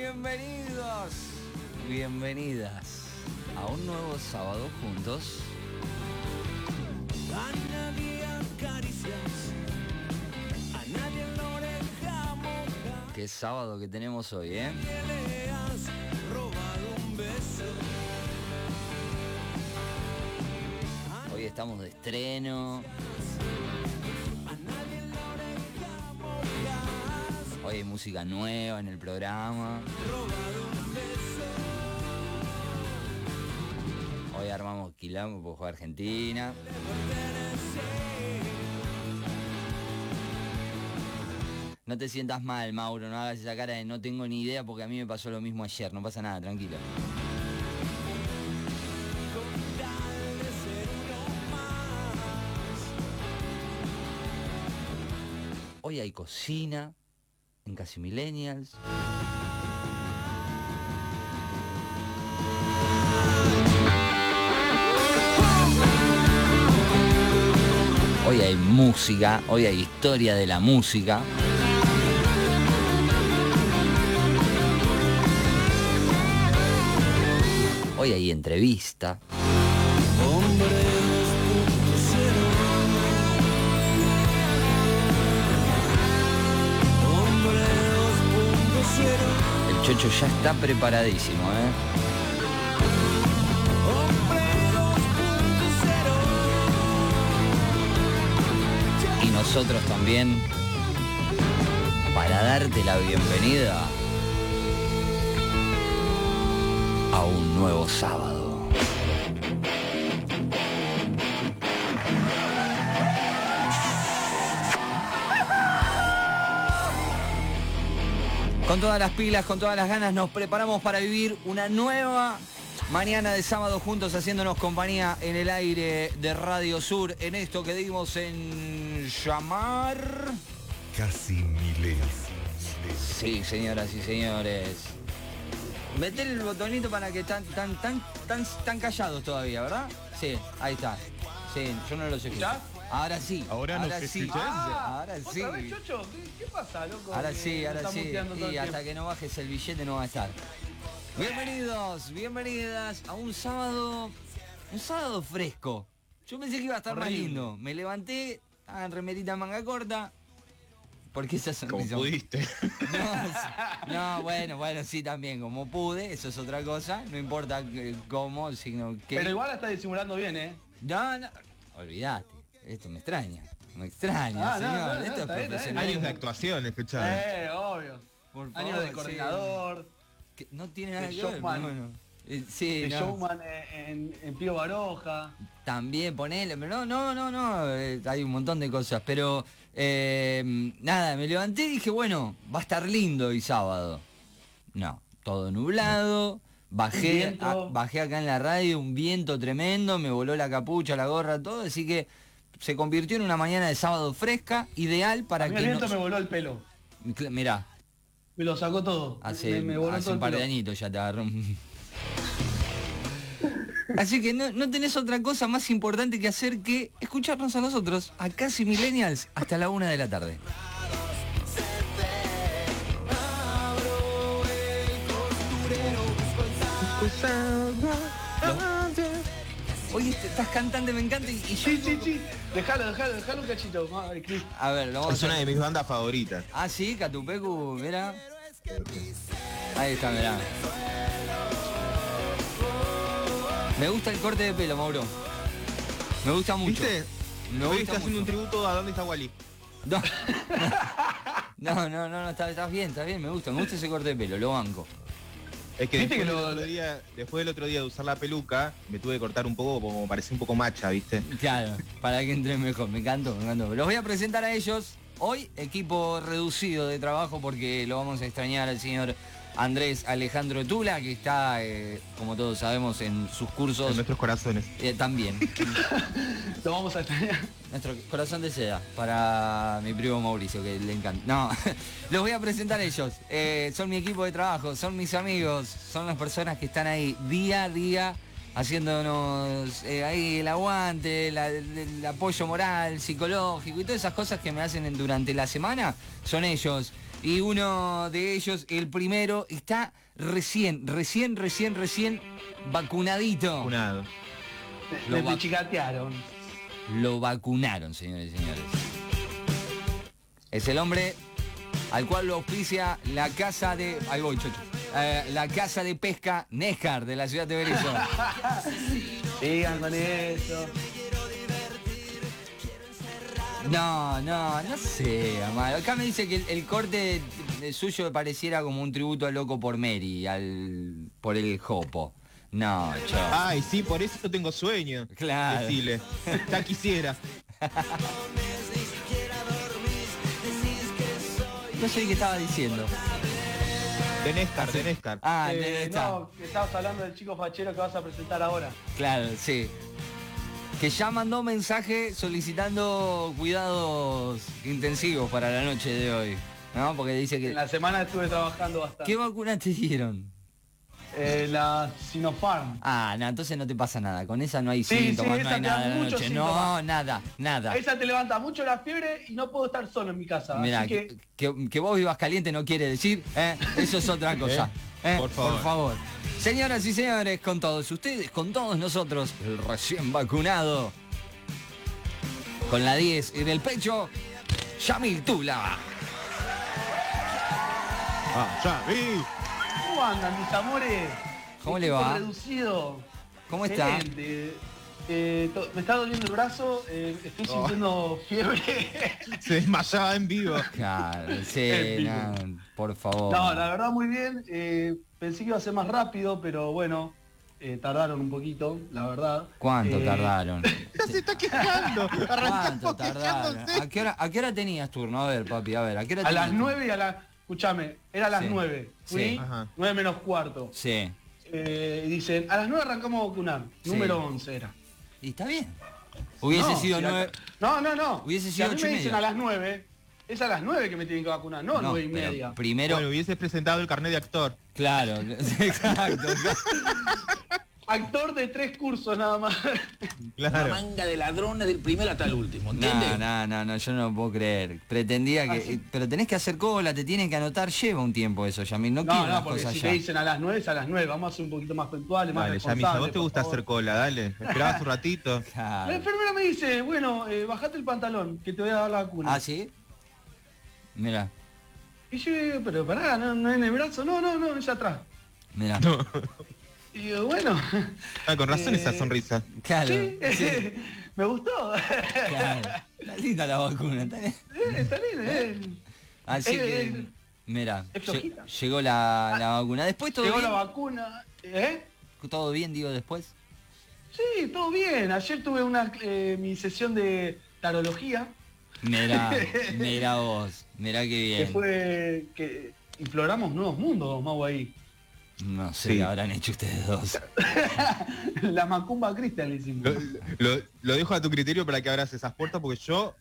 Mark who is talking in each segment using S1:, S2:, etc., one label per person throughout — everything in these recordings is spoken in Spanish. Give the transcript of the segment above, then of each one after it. S1: Bienvenidos, bienvenidas a un nuevo sábado juntos.
S2: A nadie acaricias, a nadie en la oreja moja,
S1: Qué sábado que tenemos hoy, ¿eh?
S2: que le has robado un beso.
S1: Hoy estamos de estreno,
S2: A nadie en la oreja moja, has
S1: hoy hay música nueva en el programa,
S2: robado un beso.
S1: hoy armamos quilombo por jugar Argentina.
S2: Te pertenece,
S1: No te sientas mal, Mauro, no hagas esa cara de no tengo ni idea porque a mí me pasó lo mismo ayer, no pasa nada, tranquilo.
S2: con tal de ser uno más.
S1: Hoy hay cocina en Casi Millennials. Hoy hay música, hoy hay historia de la música. Hoy hay entrevista.
S2: Hombre 2.0 Hombre 2.0
S1: El chocho ya está preparadísimo, ¿eh?
S2: Hombre 2.0
S1: y nosotros también para darte la bienvenida a un nuevo sábado. Con todas las pilas, con todas las ganas, nos preparamos para vivir una nueva mañana de sábado juntos, haciéndonos compañía en el aire de Radio Sur, en esto que dimos en llamar...
S3: Casi milenios.
S1: Sí, señoras y señores. Meter el botonito para que están tan tan tan tan callados todavía, ¿verdad? Sí, ahí está. Sí, yo no los escucho.
S4: ¿Ya?
S1: Ahora sí.
S3: Ahora nos
S1: sí. Ah,
S3: escuchás.
S1: ahora
S4: ¿Otra
S1: sí.
S4: vez, Chocho? ¿Qué, qué pasa, loco?
S1: Ahora
S4: Que
S1: sí,
S4: me
S1: ahora
S4: está
S1: sí.
S4: muteando todo el
S1: Y hasta
S4: tiempo.
S1: que no bajes el billete no va a estar. Bienvenidos, bienvenidas a un sábado, un sábado fresco. Yo pensé que iba a estar más
S4: Horrible.
S1: lindo. Me levanté, estaba en remerita manga corta. Porque esas son
S3: Como pudiste.
S1: No, no, bueno, bueno, sí también, como pude, eso es otra cosa, no importa eh, cómo, sino que...
S4: Pero igual la está disimulando bien, ¿eh?
S1: No, no, olvídate, esto me extraña, me extraña,
S4: Ah, no,
S1: señor,
S4: no, no,
S1: esto
S4: está
S1: es
S4: bien, está bien.
S1: profesional.
S3: Años de actuación, escuchá.
S4: Eh, obvio.
S1: Por
S4: Años
S1: favor,
S4: de
S1: sí.
S4: coordinador,
S1: Que no tiene nada
S4: de
S1: que ver,
S4: showman.
S1: bueno. Eh, Sí,
S4: de
S1: no,
S4: showman eh, en, en Pío Baroja.
S1: también ponele, pero no, no, no, no, eh, hay un montón de cosas, pero eh, nada, me levanté y dije, bueno, va a estar lindo hoy sábado. No, todo nublado. Bajé,
S4: Viento.
S1: a- bajé acá en la radio, un viento tremendo, me voló la capucha, la gorra, todo, así que se convirtió en una mañana de sábado fresca, ideal para
S4: A mí
S1: que
S4: el viento
S1: no-
S4: me voló el pelo.
S1: Cla- Mirá,
S4: Me lo sacó todo.
S1: hace,
S4: me, me voló
S1: hace
S4: todo
S1: un
S4: el
S1: par de
S4: pelo.
S1: añitos ya te agarró. un- Así que no, no tenés otra cosa más importante que hacer que escucharnos a nosotros, a casi millennials, hasta la una de la tarde. Los- Oye, este- estás cantante, me encanta y, y yo-
S4: Sí, sí, sí. Dejalo, dejalo, dejalo un cachito. Madre, Cris.
S1: A ver, lo vamos
S3: Es
S1: a-
S3: una de mis bandas favoritas.
S1: Ah, sí, Catupecu, mira. Ahí está, mirá. Me gusta el corte de pelo, Mauro. Me gusta mucho.
S3: ¿Viste?
S1: Me
S3: Hoy
S1: gusta
S3: está haciendo un
S1: mucho.
S3: tributo a dónde está Wally.
S1: No, no, no, no, no, está- estás bien, estás bien, me gusta, me gusta ese corte de pelo, lo banco.
S3: Es que,
S4: ¿Viste
S3: después,
S4: que
S3: del
S4: lo-
S3: otro día, después del otro día de usar la peluca, me tuve que cortar un poco como parecía un poco macha, ¿viste?
S1: Claro, para que entren mejor, me encantó, me encantó. Los voy a presentar a ellos. Hoy equipo reducido de trabajo porque lo vamos a extrañar al señor Andrés Alejandro Tula, que está, eh, como todos sabemos, en sus
S3: En
S1: cursos
S3: nuestros corazones.
S1: Eh, también.
S4: Lo vamos a extrañar.
S1: Nuestro corazón de seda para mi primo Mauricio, que le encanta. No, los voy a presentar a ellos. Eh, son mi equipo de trabajo, son mis amigos, son las personas que están ahí día a día haciéndonos eh, ahí el aguante, la- el, el apoyo moral, psicológico y todas esas cosas que me hacen en- durante la semana, son ellos. Y uno de ellos, el primero, está recién, recién, recién, recién vacunadito.
S3: Vacunado.
S1: Lo
S4: Me
S1: va-
S4: pichicatearon.
S1: Lo vacunaron, señores y señores. Es el hombre al cual lo auspicia la casa de. Ahí voy, chocho. Eh, la casa de pesca Néjar de la ciudad de Berizo.
S4: Sigan con eso.
S1: No, no, no sé, Amaro. Acá me dice que el, el corte de- suyo pareciera como un tributo al loco por Mary, al, por el Jopo. No,
S4: Ah,
S1: chao.
S3: Ay, sí, por eso tengo sueño.
S1: Claro.
S3: Decile. Ya quisiera.
S1: No sé qué estaba diciendo.
S3: De Néstor, de Néstor.
S1: Ah,
S4: Eh,
S1: de- está.
S4: no, estabas hablando del chico fachero que vas a presentar ahora.
S1: Claro, sí. Que ya mandó mensaje solicitando cuidados intensivos para la noche de hoy. ¿No? Porque dice
S4: En
S1: que.
S4: la semana estuve trabajando
S1: ¿Qué
S4: bastante.
S1: vacuna te dieron?
S4: Eh, la Sinopharm.
S1: Ah, no, entonces no te pasa nada. Con esa no hay
S4: Sí,
S1: síntomas,
S4: sí,
S1: no
S4: esa
S1: hay
S4: te da
S1: nada. a la
S4: muchos
S1: noche. No,
S4: síntomas.
S1: nada, nada.
S4: Esa te levanta mucho la fiebre y no puedo estar solo en mi casa.
S1: Mira,
S4: así que
S1: que, que- que vos vivas caliente no quiere decir, ¿eh? eso es otra cosa. ¿eh?
S3: Por favor.
S1: Señoras y señores, con todos ustedes, con todos nosotros, el recién vacunado, con la 10 en el pecho, Yamil Tula.
S3: Ah, ya, vi.
S4: ¿cómo andan mis amores? Eh,
S1: ¿Cómo le
S4: Equipo
S1: va?
S4: Reducido.
S1: ¿Cómo está?
S4: Excelente. Eh, to- me está doliendo el brazo, eh, estoy
S3: Oh.
S4: sintiendo fiebre.
S3: Se desmayaba en vivo.
S1: Claro, sí,
S4: El
S1: no, por favor.
S4: No, la verdad muy bien. eh, pensé que iba a ser más rápido, pero bueno, eh, tardaron un poquito, la verdad.
S1: ¿Cuánto
S4: Eh,
S1: tardaron?
S3: Ya se está quejando.
S1: ¿Cuánto
S3: Arrancamos
S1: tardaron?
S3: quejándose.
S1: ¿A qué, hora, a qué hora tenías turno? A ver, papi, a ver, ¿a qué hora
S4: A
S1: tenías
S4: las
S1: turno?
S4: 9 y a las... Escuchame, era a las
S1: Sí.
S4: 9. Fui,
S1: Sí.
S3: Ajá.
S4: 9 menos cuarto.
S1: Sí.
S4: Eh, y dicen, a las 9 arrancamos a vacunar.
S1: Sí.
S4: Número 11 era.
S1: Y está bien. Hubiese
S4: No,
S1: sido
S4: si
S1: nueve.
S4: acá- No, no, no.
S1: Hubiese
S4: Si
S1: sido
S4: a mí
S1: ocho y
S4: me dicen
S1: media.
S4: a las 9, es a las 9 que me tienen que vacunar, no,
S1: No,
S4: 9 y
S1: pero
S4: media.
S1: Primero,
S3: Bueno, hubieses presentado el carnet de actor.
S1: claro, exacto.
S4: Actor de tres cursos nada más.
S5: Una
S3: Claro.
S5: manga de ladrones del primero hasta el último, ¿entiendes?
S1: No, no, no, no, yo no lo puedo creer. Pretendía que.
S4: Ah, sí.
S1: Pero tenés que hacer cola, te tienen que anotar, lleva un tiempo eso, Yamil. No, quiero
S4: No, no,
S1: las
S4: porque
S1: cosas
S4: si
S1: ya.
S4: te dicen a las 9, es a las 9. Vamos a ser un poquito más puntuales, más
S3: Dale, ya
S4: responsables.
S3: misa, vos te
S4: por
S3: gusta
S4: favor.
S3: hacer cola, dale. Esperabas un ratito.
S1: Claro.
S4: La enfermera me dice, bueno, eh, bajate el pantalón, que te voy a dar la vacuna.
S1: ¿Ah, sí? Mira,
S4: Y yo digo, pero pará, no, no en el brazo, no, no, no, es atrás.
S1: mira.
S4: Y digo, bueno,
S3: Ah, con razón
S4: Eh,
S3: esa sonrisa.
S1: Claro.
S4: sí,
S1: sí,
S4: me gustó.
S1: claro. Está linda la vacuna, está bien.
S4: Eh, Está bien, eh.
S1: Así
S4: Eh,
S1: que.
S4: eh,
S1: Mira,
S4: es
S1: lle-
S4: flojita.
S1: llegó la, la vacuna. Después todo
S4: Llegó la
S1: bien.
S4: vacuna, ¿eh?
S1: Todo bien, digo después.
S4: Sí, todo bien. Ayer tuve una eh, mi sesión de tarología,
S1: Mira, mira vos, mira qué bien.
S4: que fue que imploramos nuevos mundos, Mau ahí.
S1: No sé
S3: Sí.
S1: qué habrán hecho ustedes dos.
S4: la macumba cristian le hicimos.
S3: Lo, lo- lo dejo a tu criterio para que abras esas puertas porque yo...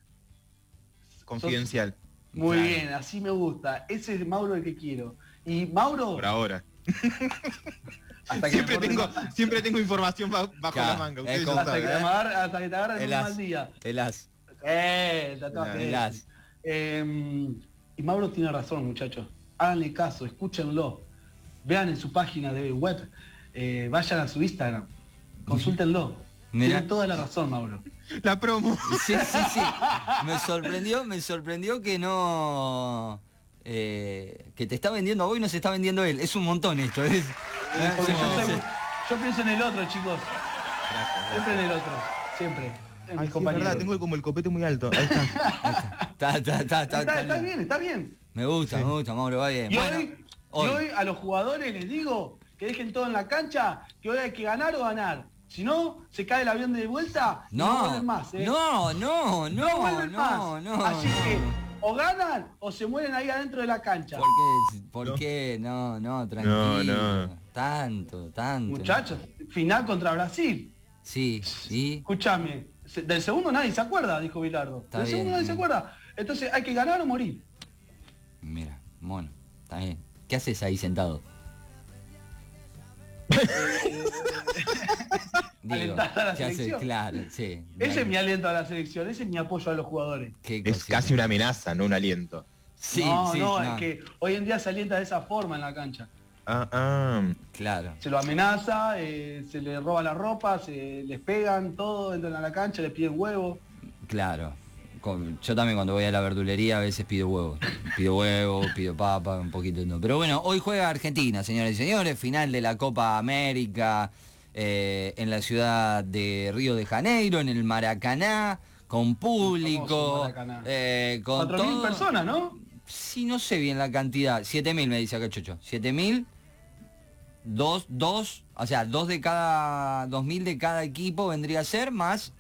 S3: Confidencial,
S4: Muy
S1: Claro.
S4: bien, así me gusta. Ese es Mauro el que quiero. Y Mauro,
S3: por ahora.
S4: hasta que,
S3: Siempre
S4: me
S3: tengo,
S4: corten-
S3: siempre tengo información ba- bajo
S1: Claro,
S3: la
S1: es
S3: manga. Ustedes ya
S1: como-
S4: hasta que
S3: saben.
S4: te agar- hasta que te agarren
S1: ¿eh? El
S4: un
S1: as.
S4: mal día.
S1: El as,
S4: Eh, tatuaje.
S1: el as.
S4: Eh, y Mauro tiene razón, muchachos. Háganle caso, escúchenlo. Vean en su página de web. eh, vayan a su Instagram. Consúltenlo.
S1: Mirá.
S4: Tiene toda la razón, Mauro.
S3: La promo.
S1: Sí, sí, sí. Me sorprendió, me sorprendió que no. eh, que te está vendiendo a vos y no se está vendiendo él. Es un montón esto, es. ¿eh?
S4: Porque
S1: Sí,
S4: yo,
S1: sí,
S4: soy- yo pienso en el otro, chicos. Siempre en el otro. Siempre. En
S3: Ay,
S4: mis
S3: sí, es verdad,
S4: compañeros.
S3: tengo como el copete muy alto. Ahí está.
S1: Está, está, está, está,
S4: Está,
S1: está
S4: está
S1: bien.
S4: bien, está bien.
S1: Me gusta, me gusta, Mauro, va bien.
S4: Y
S1: Bueno,
S4: hoy, y hoy a los jugadores les digo que dejen todo en la cancha, que hoy hay que ganar o ganar. Si no, se cae el avión de vuelta y no,
S1: No,
S4: vuelven más. ¿eh?
S1: no, no, no, no,
S4: vuelven
S1: no,
S4: más. Así
S1: no.
S4: que o ganan o se mueren ahí adentro de la cancha.
S1: ¿Por qué? ¿Por
S3: No.
S1: qué? No, no, tranquilo.
S3: no.
S1: Tanto, tanto.
S4: Muchachos, final contra Brasil.
S1: Sí, y.
S4: Escúchame, se- del segundo nadie se acuerda, dijo Bilardo.
S1: Está
S4: del
S1: bien,
S4: segundo nadie se
S1: bien.
S4: acuerda. Entonces hay que ganar o morir.
S1: Mira, mono, está bien. ¿Qué haces ahí sentado? Digo,
S4: Alentar a la
S1: ¿qué haces?
S4: selección.
S1: Claro, sí.
S4: Ese
S1: dale.
S4: es mi aliento a la selección, ese es mi apoyo a los jugadores.
S1: Qué
S3: Es
S1: cosita.
S3: casi una amenaza, no un aliento.
S1: Sí,
S4: no,
S1: sí,
S4: no,
S1: no.
S4: es que hoy en día se alienta de esa forma en la cancha.
S3: Ah, ah.
S1: Claro.
S4: Se lo amenaza, eh, se le roba la ropa, se les pegan, todo, entran a la cancha, les piden huevo.
S1: Claro. Con- yo también cuando voy a la verdulería a veces pido huevo. Pido huevo, pido papa, un poquito. No. Pero bueno, hoy juega Argentina, señoras y señores. Final de la Copa América eh, en la ciudad de Río de Janeiro, en el Maracaná, con
S4: famoso
S1: público,
S4: Maracaná.
S1: eh, con
S4: 4.000
S1: todo.
S4: personas, ¿no?
S1: Sí, no sé bien la cantidad. 7.000 me dice acá Chocho. 7.000. Dos, dos, o sea, dos de cada, 2.000 de cada equipo vendría a ser, más,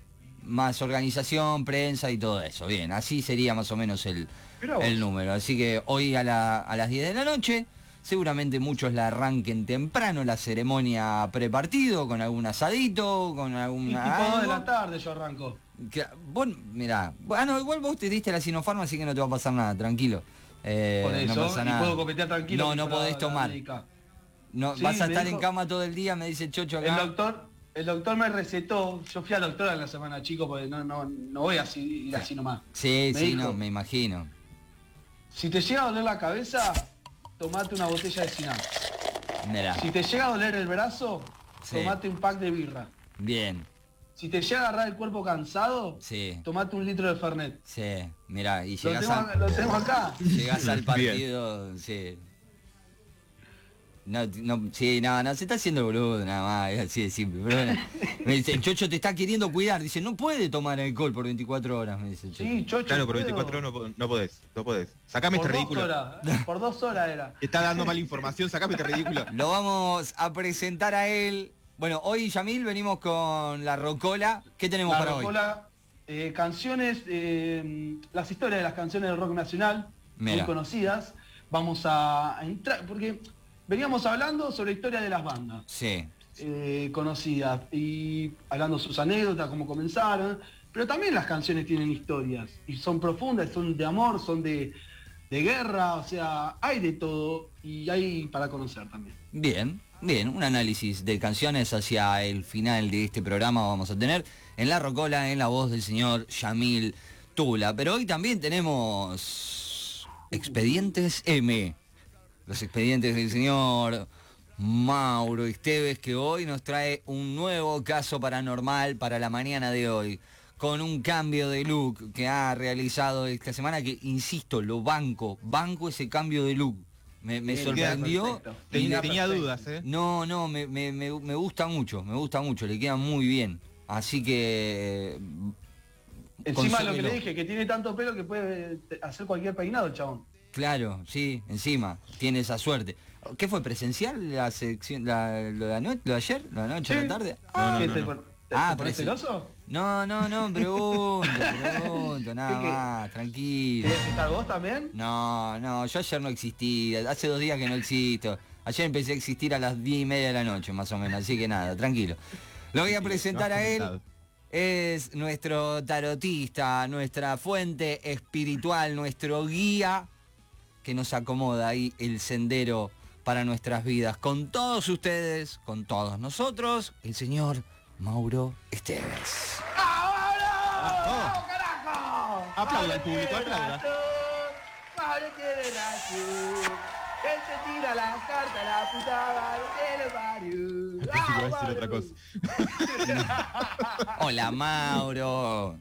S1: más organización, prensa y todo eso. Bien, así sería más o menos el,
S3: Mirá vos.
S1: el número. Así que hoy a, la- a las 10 de la noche, seguramente muchos la arranquen temprano, la ceremonia prepartido, con algún asadito, con
S4: Y tipo
S1: alguna...
S4: 2 de
S1: algo.
S4: la tarde yo arranco.
S1: Que, vos, mirá, ah, no, igual vos te diste la Sinopharm, así que no te va a pasar nada, tranquilo. Eh,
S4: Por
S1: no
S4: eso,
S1: pasa
S4: y
S1: nada.
S4: puedo copetear tranquilo.
S1: No, no
S4: contra
S1: podés
S4: la
S1: tomar.
S4: América.
S1: No,
S4: Sí,
S1: vas a
S4: me
S1: estar en
S4: dijo-
S1: cama todo el día, me dice el Chocho
S4: El
S1: acá.
S4: doctor, el doctor me recetó, yo fui al doctor en la semana, chico, porque no, no, no voy así, ir así nomás.
S1: Sí,
S4: me
S1: sí,
S4: dijo.
S1: no, me imagino.
S4: Si te llega a doler la cabeza, tomate una botella de Sinal.
S1: Mirá,
S4: Si te llega a doler el brazo,
S1: Sí.
S4: tomate un pack de birra.
S1: bien,
S4: Si te llega a agarrar el cuerpo cansado,
S1: sí,
S4: tomate un litro de Fernet.
S1: sí, mirá, y
S4: Lo
S1: llegás,
S4: tengo,
S1: a-
S4: lo tengo acá.
S1: llegás al
S3: Bien.
S1: partido, sí. No, no, sí, no, no, se está haciendo el boludo nada más, es así de simple. Pero bueno, me dice, el Chocho te está queriendo cuidar, dice, no puede tomar alcohol por 24 horas, me dice el Chocho.
S4: Sí, chocho.
S3: Claro, por
S4: puedo.
S3: 24 no, po- no podés, no podés. Sacame este
S4: por dos
S3: ridículo.
S4: horas. Por dos horas era.
S3: Está dando mala información, sacame este ridículo.
S1: Lo vamos a presentar a él. Bueno, hoy Yamil venimos con la Rocola. ¿Qué tenemos
S4: La
S1: para
S4: rocola, eh, canciones, eh, las historias de las canciones del rock nacional, muy
S1: Mira.
S4: conocidas. Vamos a, a entrar, porque veníamos hablando sobre historia de las bandas
S1: hoy? Sí,
S4: eh, conocidas y hablando sus anécdotas, cómo comenzaron, pero también las canciones tienen historias y son profundas, son de amor, son de, de guerra, o sea, hay de todo y hay para conocer también.
S1: bien, bien. Un análisis de canciones hacia el final de este programa vamos a tener en la Rocola, en la voz del señor Yamil Tula. Pero hoy también tenemos Expedientes M. Los expedientes del señor Mauro Esteves, que hoy nos trae un nuevo caso paranormal para la mañana de hoy, con un cambio de look que ha realizado esta semana, que insisto, lo banco, banco ese cambio de look. Me, me
S4: Bien,
S1: sorprendió.
S4: perfecto.
S1: y
S3: Tenía,
S1: me-
S4: Perfecto.
S3: tenía dudas, ¿eh?
S1: no, no, me, me- me- me gusta mucho, me gusta mucho, le queda muy bien. Así que... eh,
S4: Encima lo que
S1: consúmelo.
S4: le dije, que tiene tanto pelo que puede eh, hacer cualquier peinado, el chabón.
S1: Claro, sí, encima, tiene esa suerte. ¿Qué fue presencial la sección, la- lo, de ano- lo de ayer, lo de anoche,
S4: Sí.
S1: a la tarde?
S3: No, no,
S4: ¿Qué
S3: no,
S4: te-
S3: no.
S4: te- te
S1: Ah,
S4: pones
S1: parece-
S4: celoso?
S1: No, no, no, pregunto, pregunto, nada
S4: Es que-
S1: más, tranquilo.
S4: ¿Querés estar vos también?
S1: No, no, yo ayer no existí, hace dos días que no existo. Ayer empecé a existir a las diez y media de la noche, más o menos, así que nada, tranquilo. Lo voy a presentar a él. Es nuestro tarotista, nuestra fuente espiritual, nuestro guía que nos acomoda ahí el sendero para nuestras vidas. Con todos ustedes, con todos nosotros, el señor Mauro Esteves.
S4: ¡Ahora! ¡Vamos, carajo!
S3: Ah, Aplauda al
S4: Mauro
S3: público,
S4: tiene
S3: aplauda.
S4: razón, Mauro tiene razón. Él se tira las cartas, la puta madre del barrio.
S3: Pensé que
S4: ¡Ah,
S3: iba a decir otra
S4: Mauro!
S3: cosa.
S1: Hola Mauro.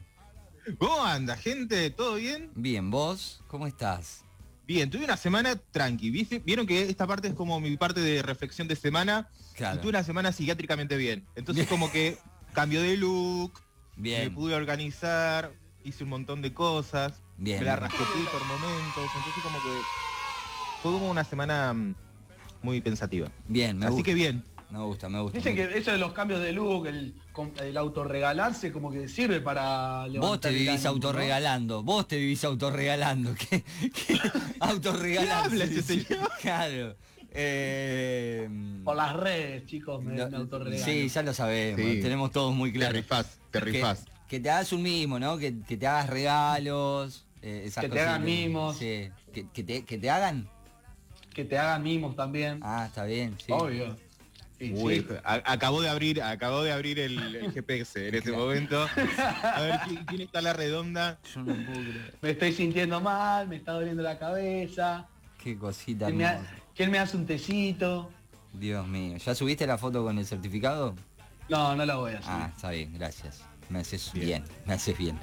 S3: ¿Cómo anda, gente? ¿Todo bien?
S1: Bien, vos, ¿cómo estás?
S3: Bien, tuve una semana tranqui. ¿viste? Vieron que esta parte es como mi parte de reflexión de semana. Y
S1: Claro.
S3: tuve una semana psiquiátricamente bien. Entonces como que cambio de look, me
S1: Bien,
S3: pude organizar, hice un montón de cosas,
S1: bien.
S3: me la rasqueté por momentos. Entonces como que fue como una semana mm, muy pensativa.
S1: Bien, me
S3: Así
S1: gusta.
S3: que bien.
S1: Me gusta, me gusta.
S4: Dicen que eso de los cambios de look, el, com- el autorregalarse, como que sirve para levantar
S1: Vos te
S4: el
S1: vivís
S4: ánimo, ¿no?
S1: autorregalando, vos te vivís autorregalando. ¿Qué, qué autorregalarse,
S3: ¿Qué habla ese
S1: dice.
S3: señor?
S1: Claro. Eh,
S4: Por las redes, chicos, me,
S1: no,
S4: me autorregalo.
S1: sí, ya lo sabemos,
S3: Sí.
S1: tenemos todos muy
S3: Te
S1: claro.
S3: rifás, te
S1: Que,
S3: rifás.
S1: que te hagas un mimo, ¿no? Que, que te hagas regalos, eh, esas
S4: Que te hagan
S1: cositas.
S4: mimos.
S1: Sí. Que, que te, que te hagan.
S4: Que te hagan mimos también,
S1: Ah, está bien, Ah, sí.
S4: obvio. Sí,
S3: Uy,
S4: sí.
S3: a- acabó de abrir, acabó de abrir el, el GPS en este momento. A ver ¿quién, quién está a la redonda.
S1: Yo no puedo creer.
S4: Me estoy sintiendo mal, me está doliendo la cabeza.
S1: Qué cosita.
S4: ¿Quién me, ha-
S1: hermosa.
S4: quién me hace un tecito?
S1: Dios mío. ¿Ya subiste la foto con el certificado?
S4: No, no la voy a hacer.
S1: Ah, está bien, gracias. Me haces bien, me haces bien.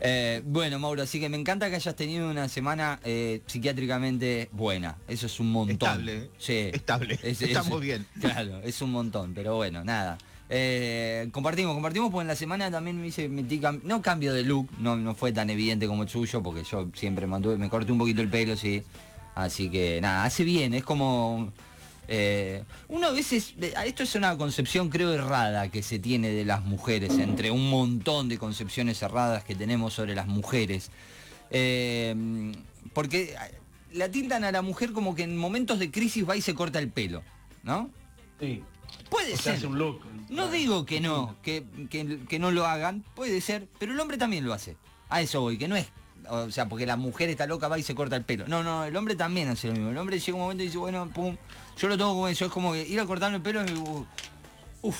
S1: Eh, bueno, Mauro, así que me encanta que hayas tenido una semana eh, psiquiátricamente buena. Eso es un montón.
S3: Estable.
S1: Sí.
S3: Estable.
S1: Eh, Es- es-
S3: Estamos bien.
S1: Claro, es un montón, pero bueno, nada. Eh, compartimos, compartimos, porque en la semana también me hice, metí cam- no cambio de look, no, no fue tan evidente como el suyo, porque yo siempre mantuve, me corté un poquito el pelo, sí. Así que nada, hace bien, es como... eh, uno a veces, eh, esto es una concepción creo errada que se tiene de las mujeres, entre un montón de concepciones erradas que tenemos sobre las mujeres. Eh, porque la tildan a la mujer como que en momentos de crisis va y se corta el pelo, ¿no?
S4: Sí.
S1: Puede
S4: O sea,
S1: ser.
S4: hace un look.
S1: No digo que no, que, que- que no lo hagan, puede ser, pero el hombre también lo hace. A eso voy, que no es, o sea, porque la mujer está loca, va y se corta el pelo. No, no, el hombre también hace lo mismo. El hombre llega un momento y dice, bueno, pum, yo lo tomo como eso, es como que ir a cortarme el pelo, uff,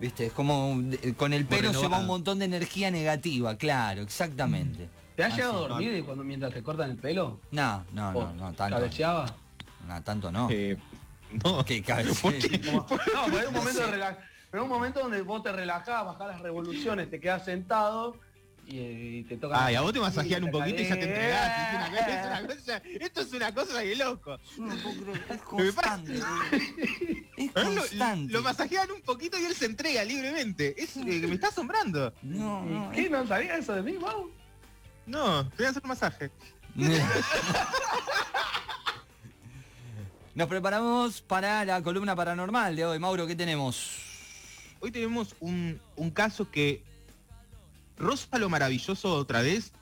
S1: viste, es como, un- eh, con el
S3: Como
S1: pelo se va
S3: renovado.
S1: un montón de energía negativa, claro, exactamente.
S4: ¿Te has
S1: Ah,
S4: llegado Oh, a
S3: sí.
S4: dormir cuando, mientras te cortan el pelo?
S1: No, no,
S4: ¿O
S1: no, no, tanto.
S4: cabeceaba?
S1: No, tanto no.
S3: Eh, no.
S1: Qué cabeza.
S3: ¿Por qué?
S4: Como- No, pero hay un momento de relax- pero hay un momento donde vos te relajás, bajás las revoluciones, te quedas sentado y, eh, y te toca.
S3: Ay, a vos te masajean un poquito y ya te entregás.
S4: entregas.
S3: Es una cosa- esto es una cosa de loco.
S1: Yo no puedo creer, Es
S3: Lo que pasa-
S1: constante. Es
S3: A él lo-
S1: constante.
S3: Lo, masajean un poquito y él se entrega libremente. Es, eh, me está asombrando.
S1: No, no.
S4: ¿Qué? ¿No sabía eso de mí, Mau?
S3: No, te voy a hacer un masaje.
S1: es- Nos preparamos para la columna paranormal de hoy. Mauro, ¿qué tenemos?
S3: Hoy tenemos un, un caso que rosa lo maravilloso otra vez,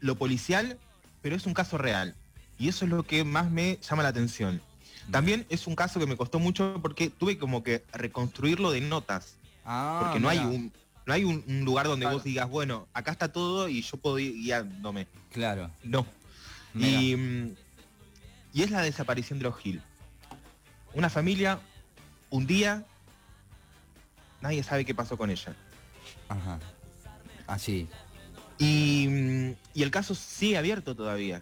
S3: lo policial, pero es un caso real. Y eso es lo que más me llama la atención. También es un caso que me costó mucho porque tuve como que reconstruirlo de notas.
S1: Ah,
S3: Porque no hay
S1: mira,
S3: un, no hay un, un lugar donde
S4: Claro.
S3: vos digas, bueno, acá está todo y yo puedo ir guiándome.
S1: Claro.
S3: No.
S1: mira.
S3: Y, mm, y es la desaparición de los Gil. Una familia, un día, nadie sabe qué pasó con ella.
S1: Ajá. Ah, Así.
S3: Y, mm, y el caso sigue abierto todavía.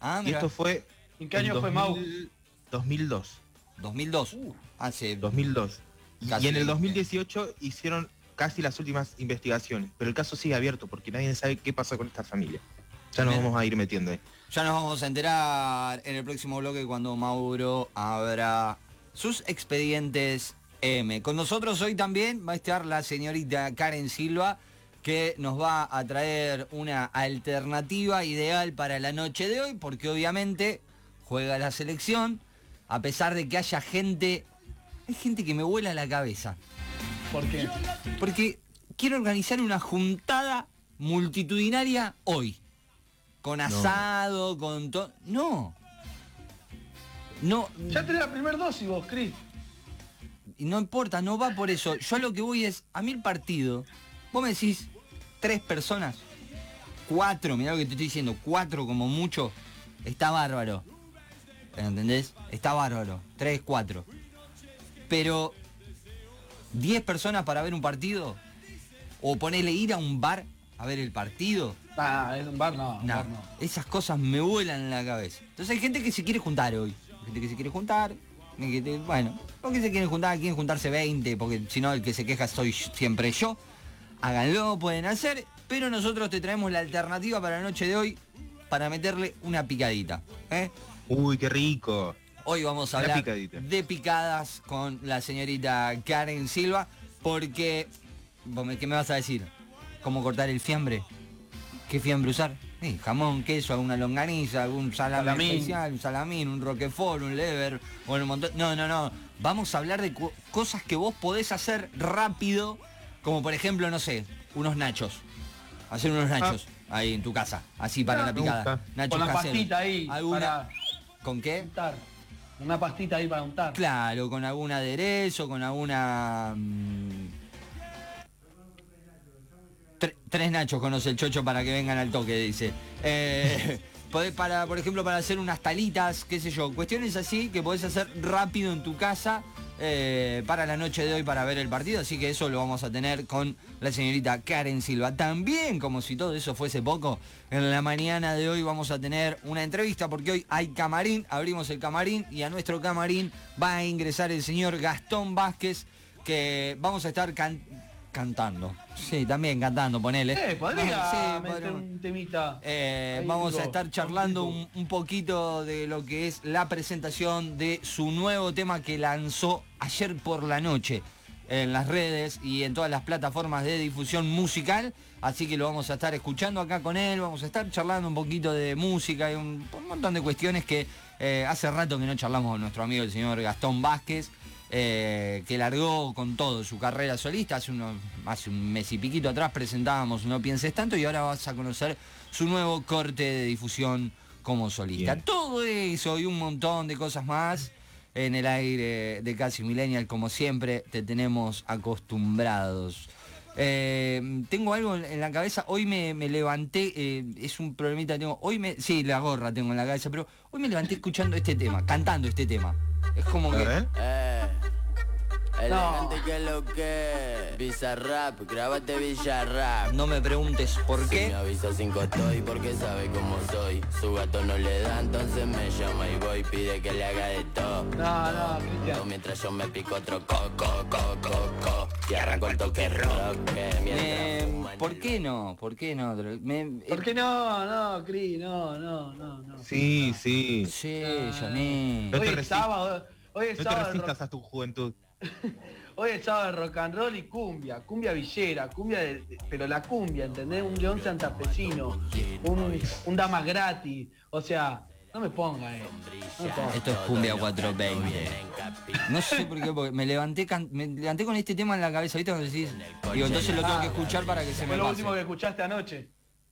S1: Ah,
S3: Y
S1: mira.
S3: esto fue...
S4: ¿En qué año
S3: en
S4: fue Mau?
S3: 2000 2002.
S1: 2002.
S3: Uh.
S1: Hace
S3: 2002. Y-
S1: Casi
S3: y en el
S1: veinte.
S3: 2018 hicieron casi las últimas investigaciones. Pero el caso sigue abierto porque nadie sabe qué pasó con esta familia. Ya nos
S1: Bien.
S3: vamos a ir metiendo ahí.
S1: Ya nos vamos a enterar en el próximo bloque cuando Mauro abra sus expedientes M. Con nosotros hoy también va a estar la señorita Karen Silva que nos va a traer una alternativa ideal para la noche de hoy porque obviamente juega la selección a pesar de que haya gente... Hay gente que me vuela la cabeza.
S4: ¿Por qué?
S1: Porque quiero organizar una juntada multitudinaria hoy. Con asado, con todo. No. No,
S4: Ya tenés la primer dosis vos, Cris.
S1: y no importa, no va por eso. Yo a lo que voy es, a mí el partido, vos me decís, tres personas, cuatro, mirá lo que te estoy diciendo, cuatro como mucho, está bárbaro. ¿Entendés? Está bárbaro. Tres, cuatro. Pero, diez personas para ver un partido, o ponerle ir a un bar a ver el partido,
S4: Ah, es un bar, no, un
S1: no,
S4: bar no.
S1: esas cosas me vuelan en la cabeza. Entonces hay gente que se quiere juntar hoy. Gente que se quiere juntar. y que te- Bueno, porque se quieren juntar, quieren juntarse 20, porque si no el que se queja soy yo- siempre yo. Háganlo, pueden hacer, pero nosotros te traemos la alternativa para la noche de hoy para meterle una picadita. ¿eh?
S3: Uy, qué rico.
S1: Hoy vamos a
S3: La
S1: hablar
S3: picadita.
S1: de picadas con la señorita Karen Silva, porque... vos me- ¿Qué me vas a decir? ¿Cómo cortar el fiambre? ¿Qué fiambre usar? Sí, jamón, queso, alguna longaniza, algún salami
S4: Salamín.
S1: especial, un salamín, un roquefort, un lever, bueno, un montón... No, no, no. Vamos a hablar de cu- cosas que vos podés hacer rápido, como por ejemplo, no sé, unos nachos. Hacer unos nachos ahí en tu casa, así para
S3: Ah,
S1: la
S3: me
S1: picada.
S3: gusta.
S1: Nachos
S4: Ah. Con la
S1: caseros.
S4: pastita ahí.
S1: ¿Alguna? Eh.
S4: Para
S1: ¿Con qué?
S4: untar. Una pastita ahí para untar.
S1: Claro, con algún aderezo, con alguna... mm, tre- tres nachos conoce el chocho para que vengan al toque, dice. Eh, podés para, por ejemplo, para hacer unas talitas, qué sé yo, cuestiones así que podés hacer rápido en tu casa. eh, eh, para la noche de hoy para ver el partido, así que eso lo vamos a tener con la señorita Karen Silva. También, como si todo eso fuese poco, en la mañana de hoy vamos a tener una entrevista porque hoy hay camarín, abrimos el camarín y a nuestro camarín va a ingresar el señor Gastón Vázquez, que vamos a estar can- cantando. Sí, también cantando, ponele.
S4: Eh, podría
S1: Sí,
S4: meter
S1: podríamos.
S4: un temita.
S1: Eh,
S4: Ahí
S1: vamos
S4: digo,
S1: a estar charlando un, un poquito de lo que es la presentación de su nuevo tema que lanzó ayer por la noche en las redes y en todas las plataformas de difusión musical. Así que lo vamos a estar escuchando acá con él, vamos a estar charlando un poquito de música y un, un montón de cuestiones que eh, hace rato que no charlamos con nuestro amigo el señor Gastón Vázquez. eh, que largó con todo su carrera solista, hace, unos, hace un mes y piquito atrás presentábamos No pienses tanto y ahora vas a conocer su nuevo corte de difusión como solista.
S3: Bien.
S1: Todo eso y un montón de cosas más en el aire de Casi Millennial, como siempre, te tenemos acostumbrados. Eh, tengo algo en en la cabeza, hoy me, me levanté, eh, es un problemita que tengo, hoy me, sí, la gorra tengo en la cabeza, pero hoy me levanté escuchando este tema, cantando este tema. Es como
S3: A
S1: que...
S3: ver.
S6: Eh,
S4: No.
S6: elegante que lo que Bizarrap, grábate Bizarrap
S1: No me preguntes por
S6: Si me
S1: qué.
S6: avisa cinco estoy porque sabe cómo soy Su gato no le da, entonces me llama y voy Pide que le haga de todo
S4: No, no,
S6: todo
S4: Cristian.
S6: Mientras yo me pico otro coco, coco, coco Y arranco el toque roque
S4: Eh,
S6: Mientras
S1: Me-
S6: fuman
S1: ¿Por
S6: el
S1: qué no? ¿Por qué no? Me-
S4: ¿Por qué no? No, Cris, no, no, no, no.
S3: Sí, sí.
S1: Sí,
S4: Ah.
S1: Johnny.
S3: No
S4: Hoy
S3: te
S4: es
S3: resist-
S4: sábado, hoy
S3: No
S4: es
S3: te
S4: sábado de
S3: resistas a tu juventud.
S4: Hoy es sábado de rock and roll y cumbia, cumbia villera, cumbia de, de- pero la cumbia, ¿entendés? Un león santafesino, un, un dama gratis, o sea, no me ponga eh. No me ponga.
S1: Esto es cumbia 420. No sé por qué, porque me levanté, can- me levanté con este tema en la cabeza, ¿viste? Cuando decís, digo, entonces lo tengo que escuchar para que se
S4: Fue
S1: me
S4: lo último que
S1: pase.
S4: escuchaste anoche.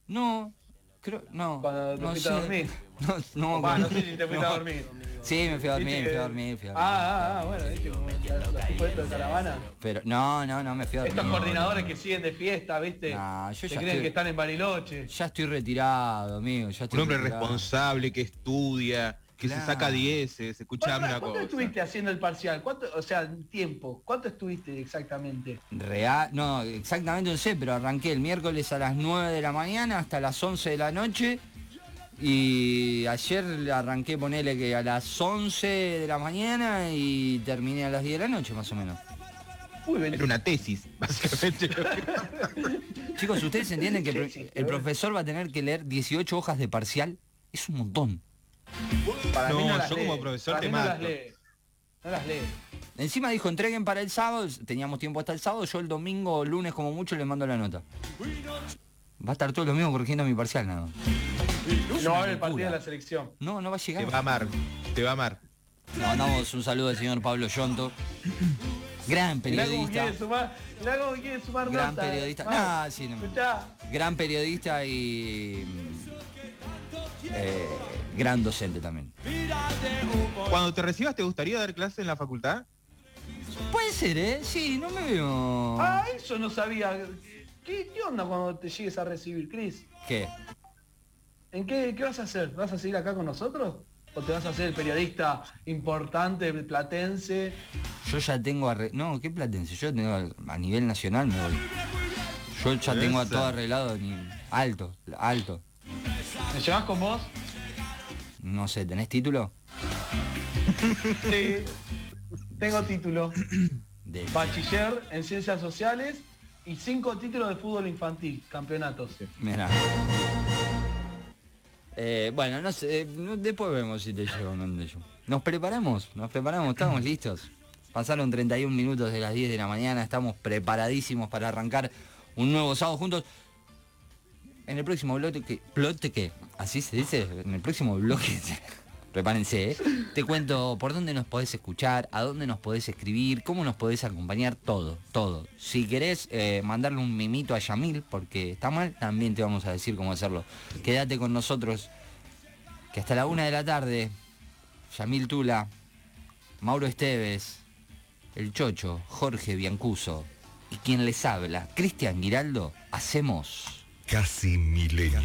S1: No, creo, no.
S4: Cuando te
S1: no
S4: fuiste a dormir.
S1: No, no,
S4: Va,
S1: cuando-
S4: no sé si te fuiste a
S1: no.
S4: dormir.
S1: Sí, me fui a dormir,
S4: ¿Viste
S1: me fui
S4: que-
S1: a dormir, fui a dormir.
S4: eh. Ah, ah, ah, bueno, ¿viste? como la- la supuesta caravana.
S1: Pero, no, no, no, me fui a dormir.
S4: Estos coordinadores que siguen de fiesta, ¿viste?
S1: No, yo
S4: Se
S1: ya
S4: creen
S1: estoy-
S4: que están en Bariloche.
S1: Ya estoy retirado, amigo, ya estoy
S3: Un hombre
S1: retirado.
S3: responsable que estudia, que
S1: Claro.
S3: se saca dieces. Escuchame
S4: ¿Cuánto,
S3: una
S4: cuánto
S3: cosa.
S4: estuviste haciendo el parcial? ¿Cuánto, o sea, en tiempo? ¿Cuánto estuviste exactamente?
S1: Real, no, exactamente no sé, pero arranqué el miércoles a las 9 de la mañana hasta las 11 de la noche. Y ayer arranqué, ponele que a las 11 de la mañana y terminé a las 10 de la noche más o menos.
S4: Uy,
S3: Era una tesis, básicamente.
S1: Chicos, ¿ustedes entienden que el pro-
S4: Sí, sí,
S1: el
S4: claro.
S1: profesor va a tener que leer 18 hojas de parcial? Es un montón.
S4: Para mí
S3: No,
S4: las
S3: yo
S4: lee.
S3: como profesor
S4: Para
S3: te
S4: mí no las
S3: mato.
S4: lee. No las lee.
S1: Encima dijo, entreguen para el sábado, teníamos tiempo hasta el sábado, yo el domingo o lunes como mucho les mando la nota. Va a estar todo lo mismo corrigiendo mi parcial, nada. más.
S4: No va a haber el partido
S1: locura.
S4: de la selección.
S1: No, no va a
S3: Te
S1: llegar.
S3: va a amar, te va a amar.
S1: Le mandamos un saludo al señor Pablo Yonto. Gran
S4: Mirá cómo
S1: periodista.
S4: quiere sumar, mirá cómo quiere sumar
S1: Gran
S4: nota, eh.
S1: periodista.
S4: Vamos.
S1: No, sí, no.
S4: Escuchá.
S1: Gran periodista y. eh, gran docente también.
S3: Cuando te recibas, ¿te gustaría dar clase en la facultad?
S1: Puede ser, ¿eh? Sí, no me veo.
S4: Ah, eso no sabía. ¿Qué, qué onda cuando te llegues a recibir, Cris?
S1: ¿Qué?
S4: ¿En qué, qué vas a hacer? ¿Vas a seguir acá con nosotros? ¿O te vas a hacer el periodista importante, platense?
S1: Yo ya tengo arre- No, qué platense. Yo tengo a nivel nacional me voy. Yo ya tengo a
S3: Esa.
S1: todo arreglado. Ni... Alto, alto.
S4: ¿Me llevas con vos?
S1: No sé, ¿tenés título?
S4: Sí. Tengo título.
S1: De...
S4: Bachiller en Ciencias Sociales y cinco títulos de fútbol infantil, campeonatos.
S1: Mira. Eh, bueno, no sé, eh, no- después vemos si te llevo o no te llevo. Nos preparamos, nos preparamos, estamos listos. Pasaron 31 minutos de las 10 de la mañana, estamos preparadísimos para arrancar un nuevo sábado juntos. En el próximo bloque, que- bloque que, así se dice, en el próximo bloque, prepárense, ¿eh? te cuento por dónde nos podés escuchar, a dónde nos podés escribir, cómo nos podés acompañar, todo, todo. Si querés eh, mandarle un mimito a Yamil, porque está mal, también te vamos a decir cómo hacerlo. Quédate con nosotros, que hasta la una de la tarde, Yamil Tula, Mauro Esteves, el Chocho, Jorge Biancuso y quien les habla, Cristian Giraldo, hacemos...
S7: Casi milenio.